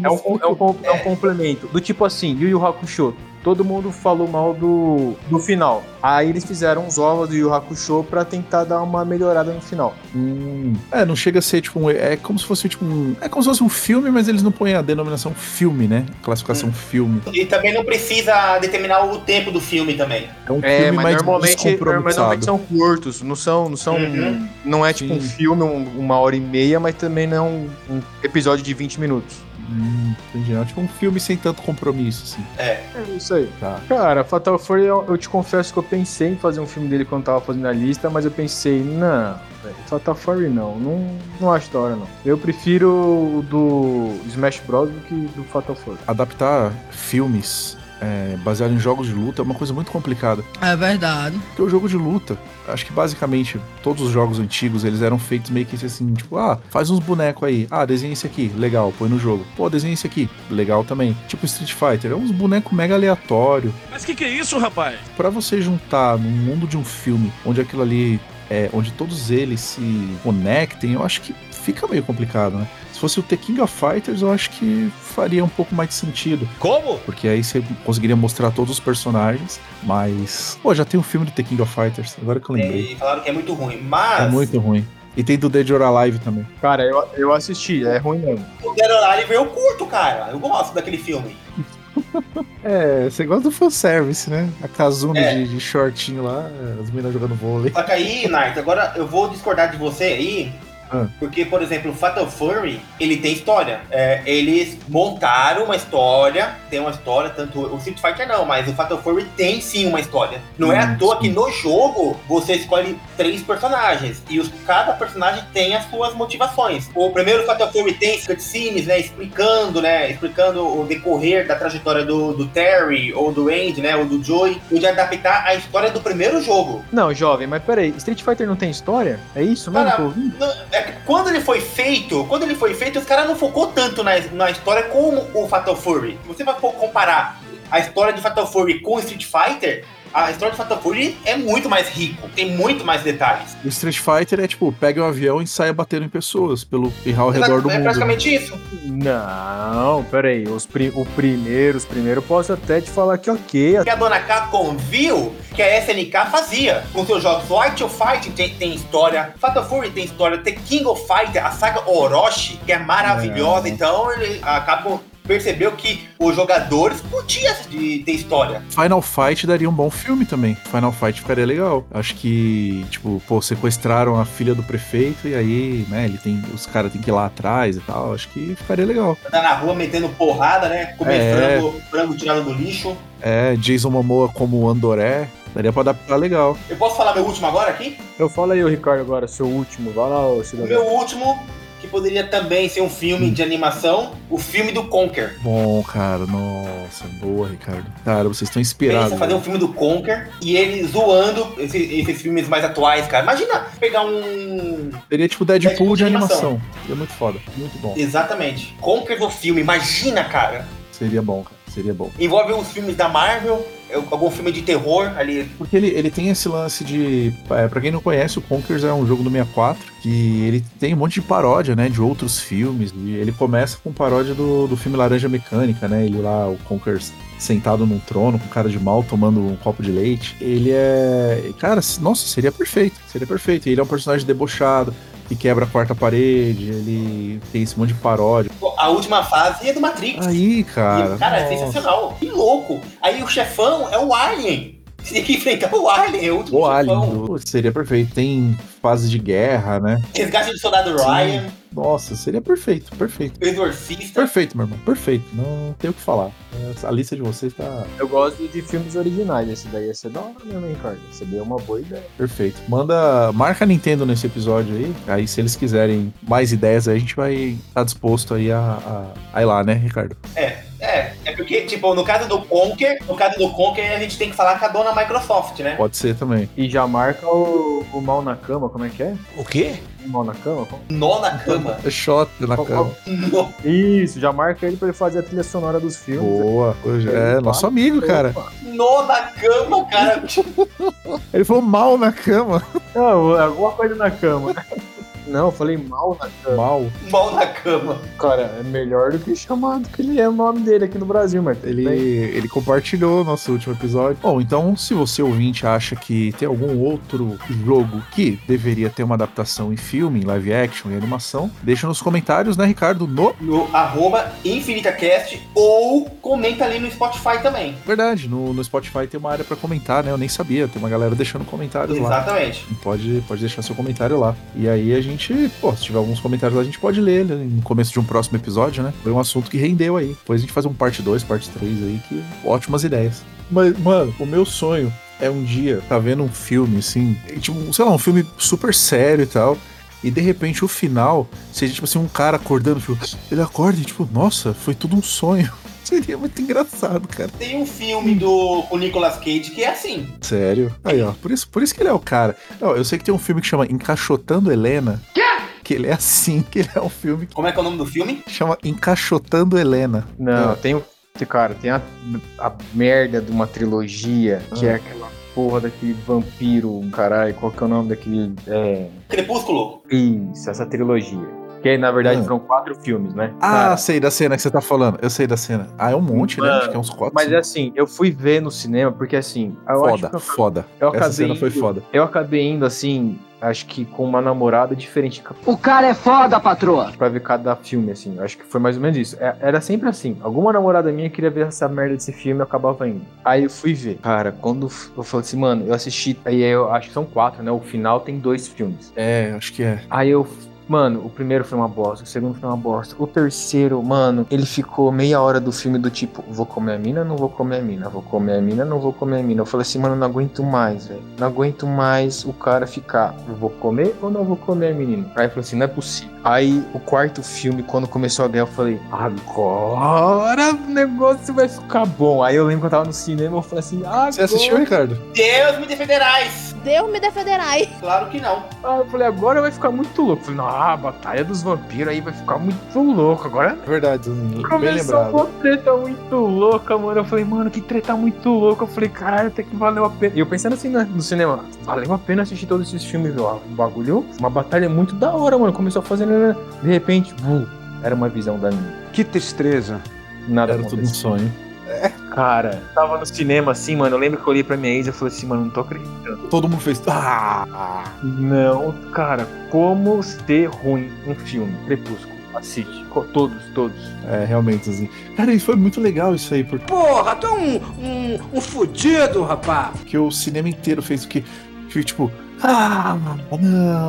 É um, com- é um com- é um complemento. Do tipo assim, Yu Yu Hakusho. Todo mundo falou mal do, do final. Aí eles fizeram uns ovos do Yu Yu Hakusho pra tentar dar uma melhorada no final.
Hum, é, não chega a ser tipo um. É como se fosse tipo um. É como se fosse um filme, mas eles não põem a denominação filme, né? Classificação
Hum.
filme.
E também não precisa determinar o tempo do filme também.
É um
É,
filme
mas
mais
normalmente, mas normalmente
descompromissado.
são curtos, não são, não são,
Uhum.
não é tipo um filme um- uma hora e meia, mas também não é um, um episódio de 20 minutos.
Hum, entendi. É tipo um filme sem tanto compromisso, assim.
É.
É isso aí.
Tá.
Cara, Fatal Fury, eu, eu te confesso que eu pensei em fazer um filme dele quando tava fazendo a lista, mas eu pensei, não, velho, Fatal Fury não, não, não acho da hora não. Eu prefiro o do Smash Bros do que do Fatal Fury.
Adaptar filmes é, baseados em jogos de luta é uma coisa muito complicada.
É verdade.
Porque o jogo de luta, acho que basicamente todos os jogos antigos, eles eram feitos meio que assim, tipo, ah, faz uns bonecos aí. Ah, desenha esse aqui, legal, põe no jogo. Pô, desenha esse aqui, legal também. Tipo Street Fighter, é uns bonecos mega aleatório.
Mas que que é isso, rapaz?
Pra você juntar no mundo de um filme, onde aquilo ali é, onde todos eles se conectem, eu acho que fica meio complicado, né? Se fosse o The King of Fighters, eu acho que faria um pouco mais de sentido.
Como?
Porque aí você conseguiria mostrar todos os personagens, mas. Pô, já tem um filme do The King of Fighters, agora que eu lembrei.
E falaram que é muito ruim, mas
É muito ruim. E tem do Dead or Alive também.
Cara, eu, eu assisti, é ruim mesmo.
o Dead or Alive eu curto, cara. Eu gosto daquele filme.
É, você gosta do fanservice, né? A Kazuna
É.
de, de shortinho lá, é, as meninas jogando vôlei.
Só que aí, Nart, agora eu vou discordar de você aí,
Ah.
porque, por exemplo, o Fatal Fury, ele tem história. É, eles montaram uma história, tem uma história, tanto o Street Fighter não, mas o Fatal Fury tem sim uma história. Não é à
Hum,
toa que no jogo você escolhe três personagens, e os, cada personagem tem as suas motivações. O primeiro Fatal Fury tem cutscenes, né, explicando, né, explicando o decorrer da trajetória do, do Terry, ou do Andy, né, ou do Joey, e de adaptar a história do primeiro jogo.
Não, jovem, mas peraí, Street Fighter não tem história? É isso mesmo
Cara,
que eu ouvi?
Não, é que quando ele foi feito, quando ele foi feito, os caras não focou tanto na, na história como o Fatal Fury. Se você vai for comparar a história de Fatal Fury com Street Fighter, A história de Fatal Fury é muito mais rico, tem muito mais detalhes.
O Street Fighter é tipo, pega o um avião e sai batendo em pessoas pelo pirral ao redor
é,
do mundo.
É praticamente isso.
Não, peraí. Os pri o primeiro, os primeiros, posso até te falar que ok.
Que a dona Capcom viu que a SNK fazia com seus jogos. Light to Fight tem, tem história, Fatal Fury tem história, tem King of Fighter, a saga Orochi, que é maravilhosa. É. Então ele, a Capcom percebeu que os jogadores podiam de ter história.
Final Fight daria um bom filme também. Final Fight ficaria legal. Acho que, tipo, pô, sequestraram a filha do prefeito e aí, né, ele tem. Os caras têm que ir lá atrás e tal. Acho que ficaria legal.
Andar na rua metendo porrada, né? Comer é... frango, frango tirado do lixo.
É, Jason Momoa como Andoré. Daria pra adaptar legal.
Eu posso falar meu último agora aqui?
Eu falo aí, Ricardo, agora, seu último. Vai lá, ô cidadão.
Meu último que poderia também ser um filme hum. de animação, o filme do Conker.
Bom, cara, nossa, boa, Ricardo. Cara, vocês estão inspirados. Pensa
fazer um filme do Conker e ele zoando esse, esses filmes mais atuais, cara. Imagina pegar um.
Seria tipo Deadpool, Deadpool de, de animação. animação. Seria muito foda, muito bom.
Exatamente. Conker do filme, imagina, cara.
Seria bom, cara. Seria bom.
Envolve os filmes da Marvel, é, algum filme de terror ali.
Porque ele, ele tem esse lance de. É, pra quem não conhece, o Conkers é um jogo do 64 que ele tem um monte de paródia, né? De outros filmes. E ele começa com paródia do, do filme Laranja Mecânica, né? Ele lá, o Conkers sentado num trono, com cara de mal, tomando um copo de leite. Ele é. Cara, nossa, seria perfeito. Seria perfeito. Ele é um personagem debochado que quebra a quarta parede, ele tem esse monte de paródia.
A última fase é do Matrix.
Aí, cara.
E, cara, nossa. é sensacional. Que louco. Aí o chefão é o Alien. Você tem que enfrentar o Alien, é o último
o chefão. Alien, Pô, seria perfeito. Tem fase de guerra, né?
Resgate do soldado Ryan. Sim.
Nossa, seria perfeito, perfeito.
Exorcista.
Perfeito, meu irmão, perfeito. Não tem o que falar. A lista de vocês tá.
Eu gosto de filmes originais. Esse daí ia ser da hora mesmo, hein, Ricardo? Você deu uma boa ideia.
Perfeito. Manda. Marca a Nintendo nesse episódio aí. Aí, se eles quiserem mais ideias, aí a gente vai estar tá disposto aí a, a, a ir lá, né, Ricardo?
É. É, é porque, tipo, no caso do Conker, no caso do Conker, a gente tem que falar com a dona Microsoft, né?
Pode ser também.
E já marca o, o mal na cama, como é que é?
O quê?
Nó na cama?
Nó na cama?
Shot na oh, cama.
Oh. Isso, já marca ele pra ele fazer a trilha sonora dos filmes.
Boa, é, é nosso amigo, cara.
Nó na cama, cara.
ele falou mal na cama.
Não, é alguma coisa na cama. Não, eu falei mal na cama.
Mal?
Mal na cama.
Cara, é melhor do que chamado que ele é o nome dele aqui no Brasil, mas
ele, bem. ele compartilhou nosso último episódio. Bom, então, se você ouvinte acha que tem algum outro jogo que deveria ter uma adaptação em filme, em live action, em animação, deixa nos comentários, né, Ricardo? No,
no arroba InfinitaCast ou comenta ali no Spotify também.
Verdade, no, no Spotify tem uma área para comentar, né? Eu nem sabia, tem uma galera deixando comentários
Exatamente.
lá. Exatamente. Pode, pode deixar seu comentário lá. E aí a gente gente, pô, se tiver alguns comentários lá, a gente pode ler né, no começo de um próximo episódio, né? Foi um assunto que rendeu aí. Depois a gente faz um parte 2, parte 3 aí, que ótimas ideias. Mas, mano, o meu sonho é um dia tá vendo um filme, assim, tipo, sei lá, um filme super sério e tal. E de repente o final seja tipo assim, um cara acordando, tipo, ele acorda e tipo, nossa, foi tudo um sonho. Seria muito engraçado, cara.
Tem um filme do o Nicolas Cage que é assim.
Sério? Aí, ó. Por isso, por isso que ele é o cara. Não, eu sei que tem um filme que chama Encaixotando Helena.
Quê?
Que ele é assim, que ele é um filme.
Como é que é o nome do filme?
Chama Encaixotando Helena.
Não, é. tem o. Cara, tem a, a merda de uma trilogia, ah. que é aquela porra daquele vampiro, caralho, qual que é o nome daquele. É...
Crepúsculo?
Isso, essa trilogia. Que na verdade hum. foram quatro filmes, né?
Ah, Cara. sei da cena que você tá falando. Eu sei da cena. Ah, é um monte, Mano, né? Acho que é uns quatro.
Mas cinco. assim, eu fui ver no cinema porque assim.
foda, eu foda.
Eu acabei
Essa cena
indo,
foi foda.
Eu acabei indo assim. Acho que com uma namorada diferente.
O cara é foda, patroa!
Pra ver cada filme, assim. Acho que foi mais ou menos isso. Era sempre assim. Alguma namorada minha queria ver essa merda desse filme e acabava indo. Aí eu fui ver. Cara, quando eu falei assim, mano, eu assisti. Aí eu acho que são quatro, né? O final tem dois filmes.
É, acho que é.
Aí eu Mano, o primeiro foi uma bosta, o segundo foi uma bosta. O terceiro, mano, ele ficou meia hora do filme do tipo, vou comer a mina, não vou comer a mina, vou comer a mina, não vou comer a mina. Eu falei assim, mano, não aguento mais, velho. Não aguento mais o cara ficar, vou comer ou não vou comer a menina? Aí eu falei assim, não é possível. Aí o quarto filme, quando começou a guerra, eu falei, agora o negócio vai ficar bom. Aí eu lembro que eu tava no cinema, eu falei assim, ah,
Você assistiu, Ricardo?
Deus me defenderás!
Deus me defenderai.
Claro que não.
Aí eu falei, agora vai ficar muito louco. Eu falei, não, a batalha dos vampiros aí vai ficar muito louco agora.
É verdade, Zuzinho. Bem
Começou
lembrado.
uma treta muito louca, mano. Eu falei, mano, que treta muito louca. Eu falei, caralho, até que valeu a pena. E eu pensando assim né, no cinema, valeu a pena assistir todos esses filmes, ó. Um bagulho, uma batalha muito da hora, mano. Começou a fazer, né, de repente, bum, era uma visão da minha.
Que tristeza.
Nada
Era tudo um sonho.
Cara, tava no cinema assim, mano. Eu lembro que eu olhei pra minha ex e falei assim, mano, não tô acreditando.
Todo mundo fez. Ah!
Não, cara, como ser ruim um filme? Crepúsculo, assiste. Co- Todos, todos.
É, realmente, Zuzinho. Cara, e foi muito legal isso aí, porque
Porra, tu é um, um, um fudido, rapaz.
o cinema inteiro fez o que? Fui tipo. Ah, não,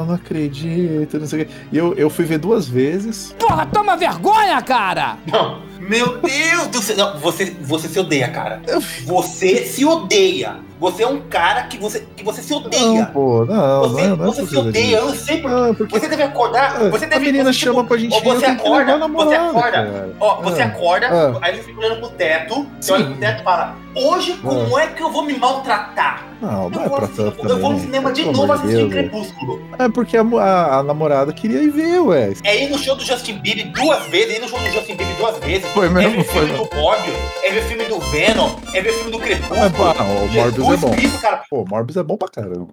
não acredito, não sei o quê. E eu, eu fui ver duas vezes.
Porra, toma vergonha, cara.
Não. Meu Deus do céu. Não, você, você se odeia, cara. Você se odeia. Você é um cara que você, que você se
Não,
odeia.
pô, não,
você
não, não é
você se
possível
odeia, eu não sei por
Ah, porque
Você deve acordar. Você
a
deve,
menina
você, tipo,
chama pra gente ir,
ou
eu
você
tenho que largar a
acorda, você
namorada,
acorda,
cara.
ó, você
Ah,
acorda,
ah.
aí você fica olhando pro teto, você olha pro teto e fala, hoje como é que eu vou me maltratar?
Ah. Não, não
eu
é
vou
pra
assim,
tanto
Eu vou no
também,
cinema de
pelo
novo
amor de
assistir
Deus,
Crepúsculo.
É porque a, a- a namorada queria ir ver, ué.
É ir no show do Justin Bieber duas vezes, é ir no show do Justin Bieber duas vezes.
Foi mesmo,
é ver
foi
filme
mesmo.
do Morbius, é ver filme do Venom, é ver filme do Crepúsculo.
Mas, pá, o
Jesus
Morbius é bom.
Cristo, cara.
Pô, Morbius é bom pra caramba.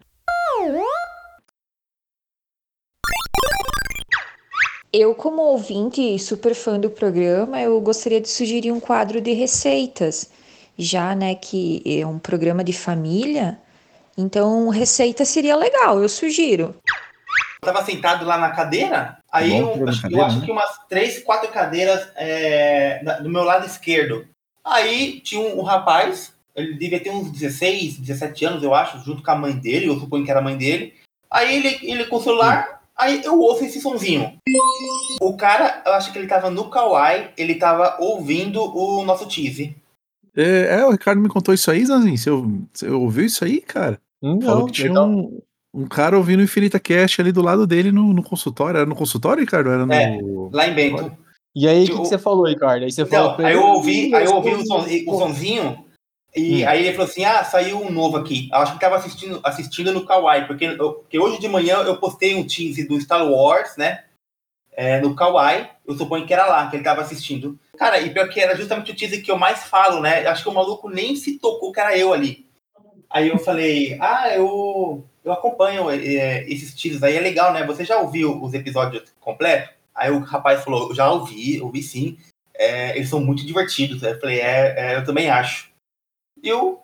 Eu, como ouvinte e super fã do programa, eu gostaria de sugerir um quadro de receitas, já né, que é um programa de família, então receita seria legal, eu sugiro.
Eu tava sentado lá na cadeira, aí
Bom,
eu,
entrou na
acho- eu
cadeira,
acho
né?
que umas três, quatro cadeiras é, da- do meu lado esquerdo. Aí tinha um, um rapaz, ele devia ter uns 16, 17 anos, eu acho, junto com a mãe dele, eu suponho que era a mãe dele. Aí ele, ele com o celular, aí eu ouço esse sonzinho. O cara, eu acho que ele tava no Kawaii, ele tava ouvindo o nosso tease.
É, é, o Ricardo me contou isso aí, Zanzinho. Você, ouv- você ouviu isso aí, cara? Falou que tinha
legal.
um, um cara ouvindo Infinita Cast ali do lado dele no, no consultório. Era no consultório, Ricardo? Era no.
É, lá em Bento.
E aí, o que,
Eu-
que você falou, Ricardo? Aí você falou.
Não,
pra
aí
ele,
eu ouvi,
"Ih,
aí eu
esse
ouvi o,
filme
son-
é
o
bom."
sonzinho, e
Hum.
aí ele falou assim: ah, saiu um novo aqui. Eu acho que tava assistindo, assistindo no Kawaii, porque, eu- porque hoje de manhã eu postei um tease do Star Wars, né? é, no Kawaii, eu suponho que era lá que ele tava assistindo. Cara, e pior que era justamente o teaser que eu mais falo, né? Acho que o maluco nem se tocou que era eu ali. Aí eu falei, ah, eu, eu acompanho é, esses teasers aí, é legal, né? Você já ouviu os episódios completos? Aí o rapaz falou, já ouvi, ouvi sim. É, eles são muito divertidos. Aí eu falei, é, é, eu também acho. E eu,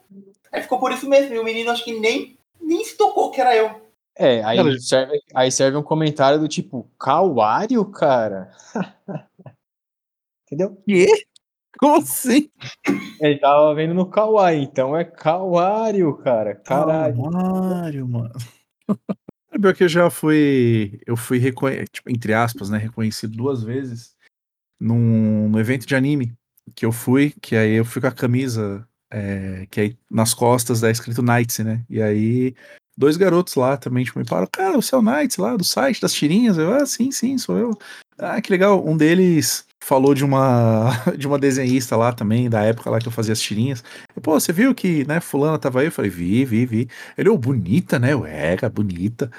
aí ficou por isso mesmo. E o menino acho que nem, nem se tocou que era eu.
É, aí
Cara,
serve, aí serve um comentário do tipo, Cauário, cara? Entendeu?
Quê? Como assim?
Ele tava vendo no Kawaii, então é Cauário, cara. Caralho.
Caralho, mano. É pior que eu já fui. Eu fui reconhecido, entre aspas, né? Reconhecido duas vezes num, num evento de anime que eu fui, que aí eu fui com a camisa, é, que aí nas costas é escrito Knights, né? E aí dois garotos lá também tipo, me param, cara, você é o Knights lá do site, das tirinhas? Eu, ah, sim, sim, sou eu. Ah, que legal. Um deles falou de uma de uma desenhista lá também, da época lá que eu fazia as tirinhas. Eu, Pô, você viu que, né, fulana tava aí? Eu falei, vi, vi, vi. Ele, ô, bonita, né? Eu, é, cara, bonita.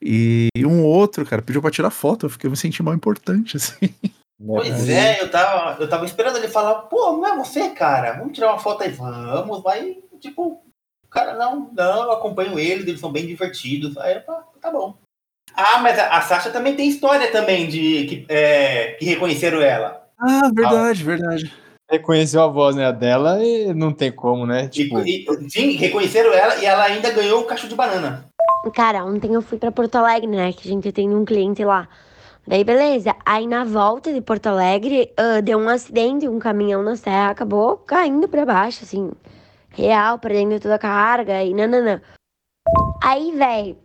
E um outro, cara, pediu pra tirar foto. Eu fiquei eu me senti mal importante, assim.
Pois é, eu tava, eu tava esperando ele falar, pô, não é você, cara? Vamos tirar uma foto aí, vamos. Aí, tipo, o cara, não, não, eu acompanho eles, eles são bem divertidos. Aí eu falei, tá bom. Ah, mas a, a Sasha também tem história também de que, é, que reconheceram ela.
Ah, verdade, verdade.
Reconheceu a voz, né? A dela e não tem como, né?
E-
Tipo,
e- sim, reconheceram ela e ela ainda ganhou o cacho de banana.
Cara, ontem eu fui pra Porto Alegre, né? Que a gente tem um cliente lá. Daí, beleza. Aí, na volta de Porto Alegre, ah, deu um acidente, um caminhão na serra acabou caindo pra baixo, assim. Real, perdendo toda a carga e nananã. Aí, velho,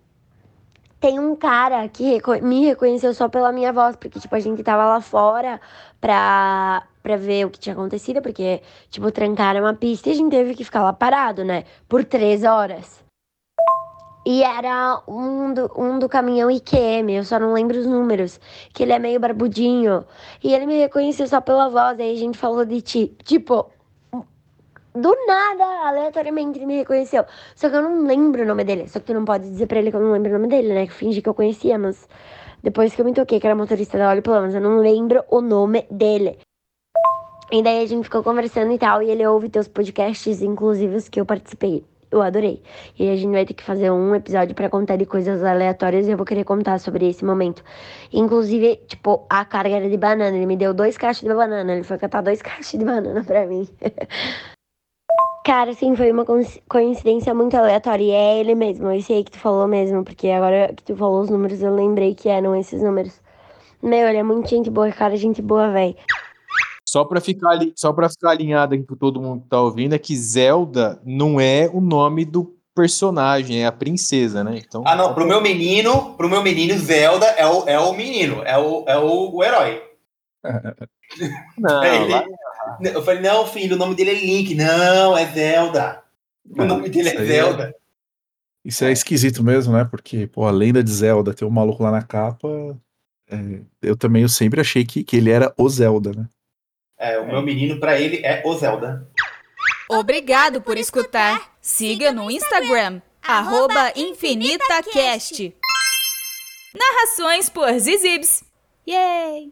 tem um cara que reco- me reconheceu só pela minha voz, porque, tipo, a gente tava lá fora pra, pra ver o que tinha acontecido, porque, tipo, trancaram a pista e a gente teve que ficar lá parado, né? Por três horas. E era um do, um do caminhão IQM, eu só não lembro os números, que ele é meio barbudinho. E ele me reconheceu só pela voz, aí a gente falou de ti. Tipo, do nada, aleatoriamente, ele me reconheceu. Só que eu não lembro o nome dele. Só que tu não pode dizer pra ele que eu não lembro o nome dele, né? Que eu fingi que eu conhecia, mas depois que eu me toquei que era motorista da Olho Planos, eu não lembro o nome dele. E daí a gente ficou conversando e tal, e ele ouve teus podcasts, inclusive os que eu participei. Eu adorei. E a gente vai ter que fazer um episódio pra contar de coisas aleatórias e eu vou querer contar sobre esse momento. Inclusive, tipo, a carga era de banana. Ele me deu dois cachos de banana. Ele foi catar dois cachos de banana pra mim. Cara, assim, foi uma coinc- coincidência muito aleatória. E é ele mesmo, esse aí que tu falou mesmo. Porque agora que tu falou os números, eu lembrei que eram esses números. Meu, ele é muito gente boa, cara, gente boa, véi.
Só pra ficar ali, só para ficar alinhado aqui com todo mundo que tá ouvindo, é que Zelda não é o nome do personagem, é a princesa, né? Então,
Ah, não, pro meu menino, pro meu menino, Zelda é o, é o menino, é o, é o, o herói.
Não,
Aí ele- eu falei, não, filho, o nome dele é Link. Não, é Zelda. O nome dele
isso
é
aí
Zelda.
Isso é esquisito mesmo, né? Porque, pô, a lenda de Zelda ter um maluco lá na capa. é, eu também eu sempre achei que, que ele era o Zelda, né?
É, o meu menino, pra ele, é o Zelda.
Obrigado por escutar. Siga no Instagram, arroba infinitacast. Narrações por Zizibs. Yay!